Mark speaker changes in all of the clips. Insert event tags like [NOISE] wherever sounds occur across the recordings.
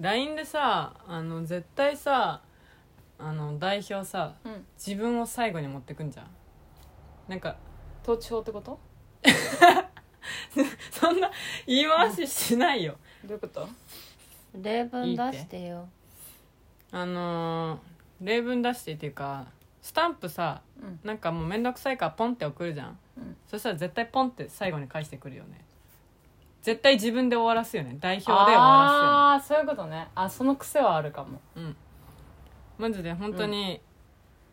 Speaker 1: LINE でさあの絶対さあの代表さ
Speaker 2: うん
Speaker 1: 自分を最後に持ってくんじゃんなんか [LAUGHS]
Speaker 2: 統治法ってこと
Speaker 1: そんな言い回ししないよ
Speaker 2: どういうこと
Speaker 3: 例文出してよ
Speaker 1: あのー例文出してっていうかスタンプさ
Speaker 2: うん
Speaker 1: なんかもう面倒くさいからポンって送るじゃん、
Speaker 2: うん
Speaker 1: そしたら絶対ポンって最後に返してくるよね絶対自分で終わらすよね代表で終わら
Speaker 2: ああーそういうことねあその癖はあるかも
Speaker 1: すよねうんマジで本当に、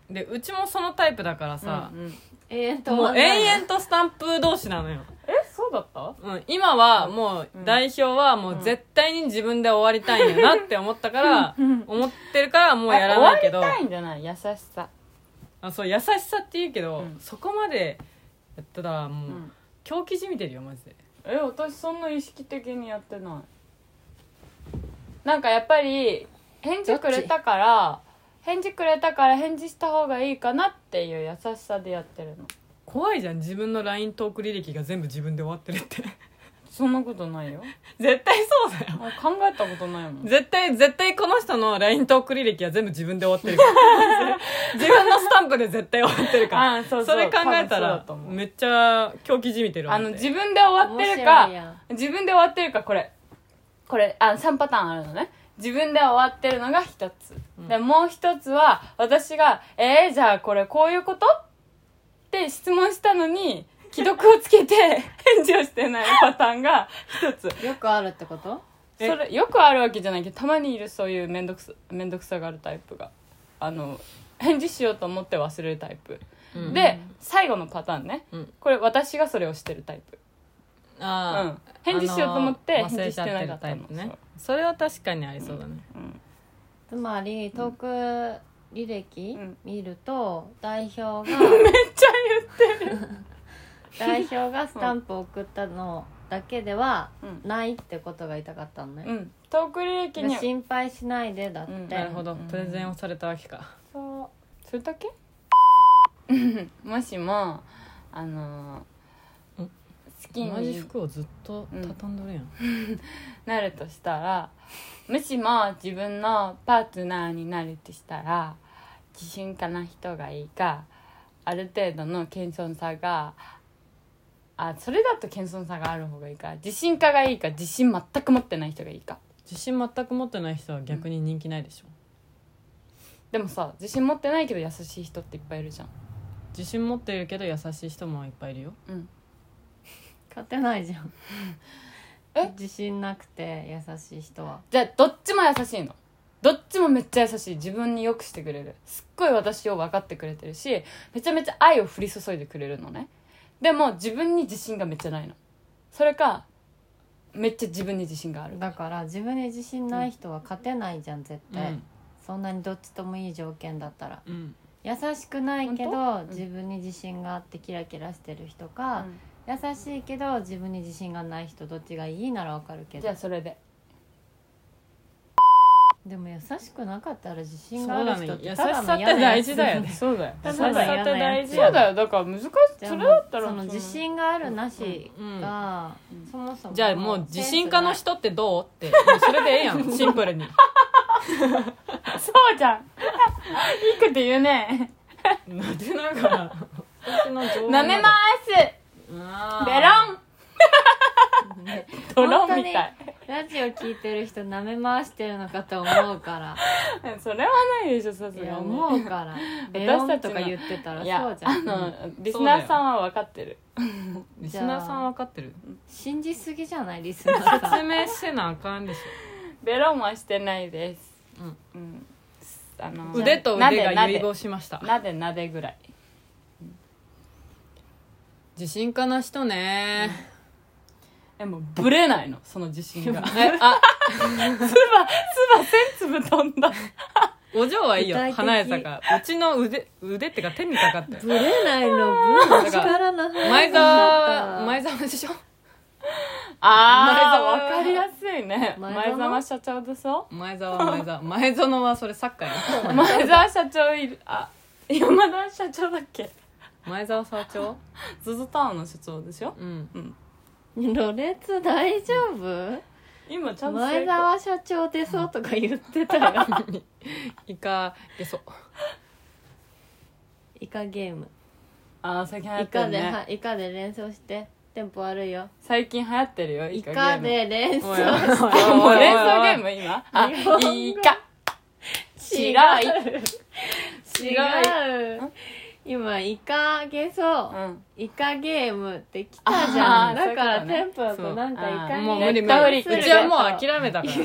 Speaker 1: でうちもそのタイプだからさ
Speaker 2: う、んうん
Speaker 3: 永遠と
Speaker 1: もう延
Speaker 3: と
Speaker 1: 々とスタンプ同士なのよ、
Speaker 2: えそうだった
Speaker 1: うん、今はもう
Speaker 2: うん
Speaker 1: 代表はもう絶対に自分で終わりたいんやなって思ったから
Speaker 2: うん
Speaker 1: 思ってるからもうやらないけど
Speaker 2: 終わりたいんじゃない優しさ
Speaker 1: あそう優しさって言うけど、
Speaker 2: うん
Speaker 1: そこまでやったらも
Speaker 2: う
Speaker 1: う、
Speaker 2: ん
Speaker 1: 狂気じみてるよマジで
Speaker 2: え私そんな意識的にやってないなんかやっぱり返事くれたから返事くれたから返事した方がいいかなっていう優しさでやってるの
Speaker 1: 怖いじゃん自分の LINE トーク履歴が全部自分で終わってるって [LAUGHS]
Speaker 2: そんなことないよ
Speaker 1: 絶対そうだよ
Speaker 2: あ考えたことないもん
Speaker 1: 絶対絶対この人の LINE トーク履歴は全部自分で終わってるから
Speaker 2: [LAUGHS]
Speaker 1: 自分のスタンプで絶対終わってるから
Speaker 2: あそ
Speaker 1: それ考えたら
Speaker 2: 多分そうだと思う
Speaker 1: めっちゃ狂気じみてるわ
Speaker 2: あの
Speaker 1: マジ
Speaker 2: 自
Speaker 1: で
Speaker 2: 分で終わってるか自分で終わってるかこれこれあ3パターンあるのね自分で終わってるのが一つ、
Speaker 1: うん
Speaker 2: でもう一つは私が「えー、じゃあこれこういうこと?」って質問したのに既読をつけて [LAUGHS] 返事をしてないパターンが一つ
Speaker 3: よくあるってこと
Speaker 1: え
Speaker 2: それよくあるわけじゃないけどたまにいるそういう面倒くさ面倒くさがあるタイプがあの返事しようと思って忘れるタイプ、
Speaker 1: うん
Speaker 2: で最後のパターンね、
Speaker 1: うん
Speaker 2: これ私がそれをしてるタイプう
Speaker 1: あ
Speaker 2: ん
Speaker 1: ー、
Speaker 2: 返事しようと思って
Speaker 1: あのー
Speaker 2: 返事してな
Speaker 1: 忘れち
Speaker 2: か
Speaker 1: ゃ
Speaker 2: っ
Speaker 1: ってるタ
Speaker 2: たの
Speaker 1: イプねそれは確かにありそうだね、
Speaker 2: そううん
Speaker 3: つまりトーク履歴
Speaker 2: うん
Speaker 3: 見ると代表が
Speaker 2: [LAUGHS] めっちゃ
Speaker 3: [LAUGHS] 代表がスタンプ送ったのだけでは
Speaker 2: 言う
Speaker 3: ないってことが言いたかったの
Speaker 2: う
Speaker 3: ね、
Speaker 2: んトーク履歴に
Speaker 3: 心配しないでだって、
Speaker 2: うん
Speaker 1: なるほど、
Speaker 2: うん
Speaker 1: プレゼンをされたわけか
Speaker 2: そうそれだ
Speaker 1: [LAUGHS]
Speaker 2: けもしもあのー
Speaker 1: ん
Speaker 2: 好き
Speaker 1: 同じ
Speaker 2: に
Speaker 1: 服をずっと畳んどるやん、
Speaker 2: なるとしたらもしも自分のパートナーになるとしたら自信家な人がいいかある程度の謙遜さがあそれだと謙遜さがある方がいいか自信家がいいか自信全く持ってない人がいいか
Speaker 1: 自信全く持ってない人は逆に人気ないでしょ、
Speaker 2: でもさ自信持ってないけど優しい人っていっぱいいるじゃん
Speaker 1: 自信持ってるけど優しい人もいっぱいいるよ
Speaker 2: うん
Speaker 3: 勝てないじゃん
Speaker 2: え
Speaker 3: 自信なくて優しい人は
Speaker 2: じゃあどっちも優しいのどっちもめっちゃ優しい自分によくしてくれるすっごい私を分かってくれてるしめちゃめちゃ愛を降り注いでくれるのねでも自分に自信がめっちゃないのそれかめっちゃ自分に自信がある
Speaker 3: だから自分に自信ない人は勝てないじゃん絶対、
Speaker 1: うん
Speaker 3: そんなにどっちともいい条件だったら
Speaker 1: うん
Speaker 3: 優しくないけど
Speaker 2: ん
Speaker 3: 自分に自信があってキラキラしてる人
Speaker 2: う
Speaker 3: か、
Speaker 2: ん
Speaker 3: 優しいけど自分に自信がない人どっちがいいならわかるけ
Speaker 2: じゃ
Speaker 3: ど
Speaker 2: あそれで
Speaker 3: でも優しくなかったら自
Speaker 1: そ
Speaker 3: 信
Speaker 1: う
Speaker 3: があ
Speaker 1: だ
Speaker 3: る
Speaker 1: ね
Speaker 3: 人っ
Speaker 1: 優
Speaker 3: て
Speaker 1: したさ
Speaker 3: だの
Speaker 1: って
Speaker 3: 嫌なや
Speaker 1: 大
Speaker 3: つ
Speaker 1: 事だ
Speaker 3: [LAUGHS]
Speaker 1: よね
Speaker 2: そうだよ
Speaker 3: た
Speaker 1: 優し
Speaker 3: だ
Speaker 1: さっ
Speaker 3: の
Speaker 1: て
Speaker 3: 嫌なや
Speaker 1: 大
Speaker 3: つ
Speaker 1: 事
Speaker 2: そう
Speaker 1: よ
Speaker 2: だよだから難しい
Speaker 3: じゃあ
Speaker 2: それだったら
Speaker 3: その自信があるなしが、
Speaker 2: うん
Speaker 3: そもそも
Speaker 1: じゃあもう自信家の人ってどうってもうそれでええや
Speaker 2: [LAUGHS]
Speaker 1: んシンプルに
Speaker 2: [LAUGHS] そうじゃん [LAUGHS] いいこと言うね
Speaker 1: なでながら私の情
Speaker 2: 舐めますベロン
Speaker 1: [LAUGHS]
Speaker 2: ドロンみたい
Speaker 3: ラジオ聞いてる人舐め回してるのかと思うから
Speaker 2: それはないでしょさす
Speaker 3: い
Speaker 2: が
Speaker 3: や
Speaker 2: に
Speaker 3: 思うからベロンとか言ってたら
Speaker 2: いや
Speaker 3: そうじゃ
Speaker 2: あ
Speaker 3: ん
Speaker 2: のリスナーさんは分かってる
Speaker 1: リスナーさん分かってる
Speaker 3: 信じすぎじゃないリスナーさ
Speaker 1: [LAUGHS] 説
Speaker 3: ん
Speaker 1: 明せなあかんでし
Speaker 2: ベロンはしてないです
Speaker 1: うん、
Speaker 2: うんあの
Speaker 1: ょ腕と腕が融合しました
Speaker 2: なでなでぐらい
Speaker 1: 自信家な人ね
Speaker 2: でもブレないのその
Speaker 1: [LAUGHS]
Speaker 2: 自信が
Speaker 1: えあ
Speaker 2: つぶ飛んだ
Speaker 1: お嬢はいいよ
Speaker 3: 具体的
Speaker 1: 華やさがうちの腕腕ってか手にかか
Speaker 3: [LAUGHS]
Speaker 1: ったよ
Speaker 3: ブレないのブレの力の
Speaker 1: 前澤前澤でしょ
Speaker 2: あ
Speaker 1: 前澤
Speaker 2: あ分かりやすいね
Speaker 3: 前
Speaker 2: 前
Speaker 3: 澤
Speaker 2: 澤社長でしょ
Speaker 1: 前
Speaker 3: [LAUGHS]
Speaker 1: 澤前澤前園はそれサッカーや
Speaker 2: 前澤社長いるあ山田社長だっけ
Speaker 1: 前澤社長
Speaker 2: ズズタウンの社長でしょ
Speaker 1: うん
Speaker 3: ろれつ大丈夫
Speaker 2: 今ちゃんと成
Speaker 3: 前
Speaker 2: 功
Speaker 3: 澤社長でそうとか言ってたら
Speaker 1: イカゲソ
Speaker 3: イカゲーム
Speaker 2: あー最近流行
Speaker 3: イ
Speaker 2: って
Speaker 3: カ
Speaker 2: る
Speaker 3: で、
Speaker 2: ね
Speaker 3: はイカで連想してテンポ悪いよ
Speaker 2: 最近流行ってるよ
Speaker 3: イ
Speaker 2: イカゲー
Speaker 3: カ
Speaker 2: ム
Speaker 3: で連想
Speaker 1: おいおいおい
Speaker 2: あも
Speaker 1: お
Speaker 2: う
Speaker 1: い
Speaker 2: 連想ゲーム今あ
Speaker 3: 日本語
Speaker 2: イカ白い白い
Speaker 3: 違う今イカゲソ
Speaker 2: うん
Speaker 3: イカゲームって来たじ
Speaker 2: あ
Speaker 3: ゃ
Speaker 2: ー
Speaker 3: んだか
Speaker 2: そ
Speaker 3: ら
Speaker 2: うい
Speaker 3: テ
Speaker 2: う
Speaker 3: ンポだ
Speaker 1: そ
Speaker 3: と
Speaker 1: う
Speaker 3: なんかイ
Speaker 2: あ
Speaker 3: カ
Speaker 2: ー
Speaker 3: に
Speaker 1: もう無理無
Speaker 2: 絶対
Speaker 1: 理
Speaker 2: 無理
Speaker 1: うちはもう諦めたから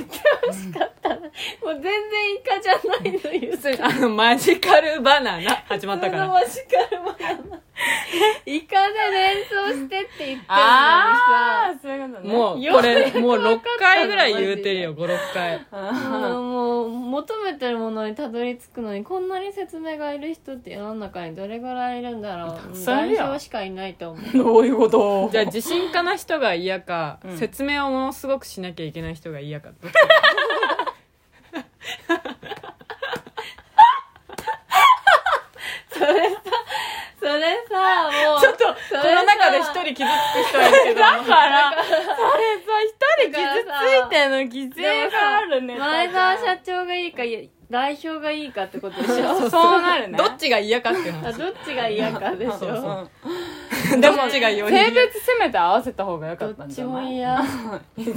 Speaker 3: もう全然イカじゃないの言う
Speaker 1: 普通にあのマジカルバナナ始まったから
Speaker 3: マジカルマナナイカで連想してって言ってるのに
Speaker 2: ああそういうことね
Speaker 1: もう
Speaker 3: よ
Speaker 1: これもう
Speaker 3: よくわ
Speaker 1: 6
Speaker 3: かったな
Speaker 1: 回ぐらい言うてるよ56回
Speaker 3: さ
Speaker 2: あ
Speaker 3: もう求めてるものにたどり着くのにこんなに説明がいる人って世の中にどれぐらいいるんだろう
Speaker 2: それ
Speaker 3: 代
Speaker 2: よ
Speaker 3: 表しかいないと思う
Speaker 2: ーどういうこと
Speaker 1: じゃあ自信家な人が嫌か、
Speaker 2: うん
Speaker 1: 説明をものすごくしなきゃいけない人が嫌か
Speaker 3: [LAUGHS]
Speaker 1: どっち
Speaker 3: それさそれさもう
Speaker 1: ちょっとこ
Speaker 3: それさ
Speaker 1: の中で一人傷つく人はいるけどだからそれさ一人傷ついてんの犠
Speaker 2: 税
Speaker 1: 牲
Speaker 2: が
Speaker 1: が
Speaker 2: あるね
Speaker 3: 前澤社長がいいか代表がいいかってことでしょ
Speaker 2: 長そうなるね
Speaker 1: どっちが嫌かっていう [LAUGHS]
Speaker 3: あ
Speaker 1: 話
Speaker 3: どっちが嫌かでしょ
Speaker 1: そうそう
Speaker 2: うん
Speaker 1: どっちがより
Speaker 2: 性別せめて合わせた方が良か
Speaker 3: ど
Speaker 2: った
Speaker 3: っ
Speaker 2: ん
Speaker 3: ち
Speaker 2: じゃ
Speaker 3: も
Speaker 2: ない
Speaker 3: 嫌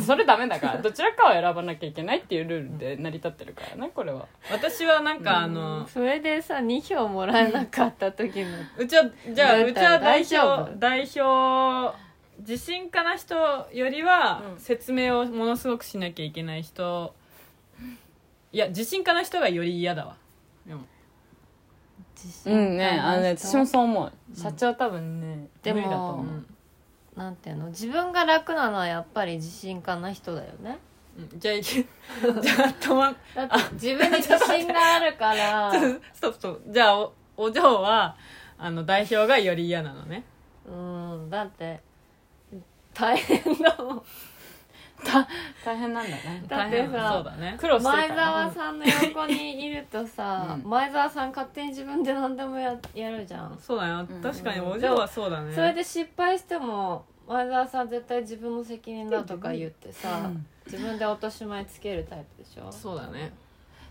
Speaker 2: それダメだからどちらかを選ばなきゃいけないっていうルールで成り立ってるからねこれは
Speaker 1: 私はなんかあの、
Speaker 3: それでさ2票もらえなかった時の
Speaker 1: うちはじゃあ
Speaker 3: だ
Speaker 1: う
Speaker 3: っ
Speaker 1: ち
Speaker 3: たら
Speaker 1: は代
Speaker 3: 大丈
Speaker 1: 表
Speaker 3: 夫
Speaker 1: 代表自信家な人よりは
Speaker 2: うん
Speaker 1: 説明をものすごくしなきゃいけない人いや自信家な人がより嫌だわでも
Speaker 3: 自信
Speaker 2: う
Speaker 3: 家の人
Speaker 2: んねあのね私もそう思う社長多分ね
Speaker 3: でも
Speaker 2: 無理だと思
Speaker 1: う
Speaker 2: うん
Speaker 3: なんていうの自分が楽なのはやっぱり自信家な人だよね
Speaker 1: うんじゃあいけ [LAUGHS] じゃあ止ま
Speaker 3: だって自分に自信があるから
Speaker 1: [LAUGHS] ストップストップじゃあおお嬢はあの代表がより嫌なのね
Speaker 3: うんだって大変だもん
Speaker 2: 大変なんだね
Speaker 3: だってさ
Speaker 1: 大変そうだね
Speaker 2: 苦労してる
Speaker 3: 前
Speaker 2: から
Speaker 3: 澤さんの横にいるとさ、
Speaker 1: うん
Speaker 3: 前澤さん勝手に自分で何でもややるじゃん、
Speaker 1: そうだよ
Speaker 2: うん
Speaker 1: 確かにお嬢はそうだね
Speaker 3: それで失敗しても前澤さん絶対自分の責任だとか言ってさ、
Speaker 2: うん
Speaker 3: 自分で落とし前つけるタイプでしょ
Speaker 1: そうだね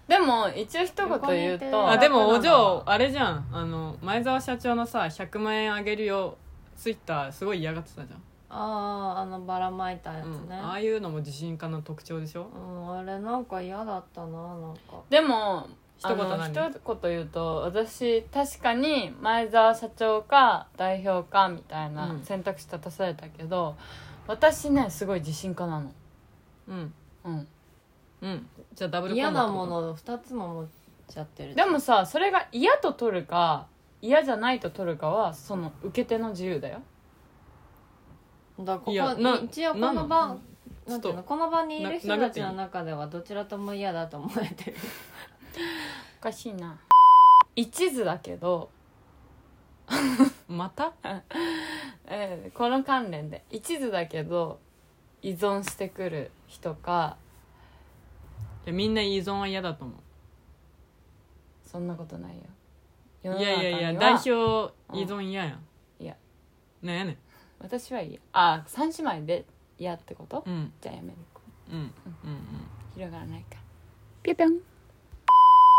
Speaker 2: でも一応一言言うと
Speaker 3: あ
Speaker 1: あでもお
Speaker 3: 楽なの
Speaker 1: 嬢あれじゃんあの前澤社長のさ100万円あげるよツイッターすごい嫌がってたじゃん、
Speaker 3: あああのばらまいたやつね、
Speaker 1: うん、ああいうのも自信家の特徴でしょ
Speaker 3: うん、あれなんか嫌だったななんか
Speaker 2: でも
Speaker 1: 一言
Speaker 2: あの
Speaker 1: 何
Speaker 2: 一言言うと私確かに前澤社長か代表かみたいな
Speaker 1: うん
Speaker 2: 選択肢立たされたけど、私ねすごい自信家なの
Speaker 1: うん
Speaker 2: うん
Speaker 1: うんじゃあダブルコンボ
Speaker 3: 嫌
Speaker 1: ってこ
Speaker 3: な
Speaker 1: と
Speaker 3: ものを2つも持っちゃってる
Speaker 2: でもさそれが嫌と取るか嫌じゃないと取るかはその受け手の自由だよ
Speaker 3: だ
Speaker 1: い
Speaker 3: から
Speaker 1: や
Speaker 3: こ
Speaker 1: な
Speaker 3: こ一応こ
Speaker 1: な
Speaker 3: の
Speaker 1: ん
Speaker 3: 場
Speaker 1: ちょ
Speaker 3: なん
Speaker 1: ってと
Speaker 3: いうのこの場にいる人
Speaker 1: な殴
Speaker 3: た
Speaker 1: って
Speaker 3: ち
Speaker 1: いい
Speaker 3: の中ではどちらとも嫌だと思えてる
Speaker 2: おかしいな一途だけど、
Speaker 1: また
Speaker 2: えーこの関連で一途だけど依存してくる人か
Speaker 1: いやみんな依存は嫌だと思
Speaker 2: そんなことないよ世
Speaker 1: う
Speaker 2: の
Speaker 1: い
Speaker 2: 中には
Speaker 1: やいやいや代表依存嫌やん、
Speaker 2: うんいや
Speaker 1: なんやねん
Speaker 2: 私はいいあ三3姉妹で嫌ってこと、
Speaker 1: うん
Speaker 2: じゃあやめる
Speaker 1: うんうんうん
Speaker 2: 広がらないかピュピュン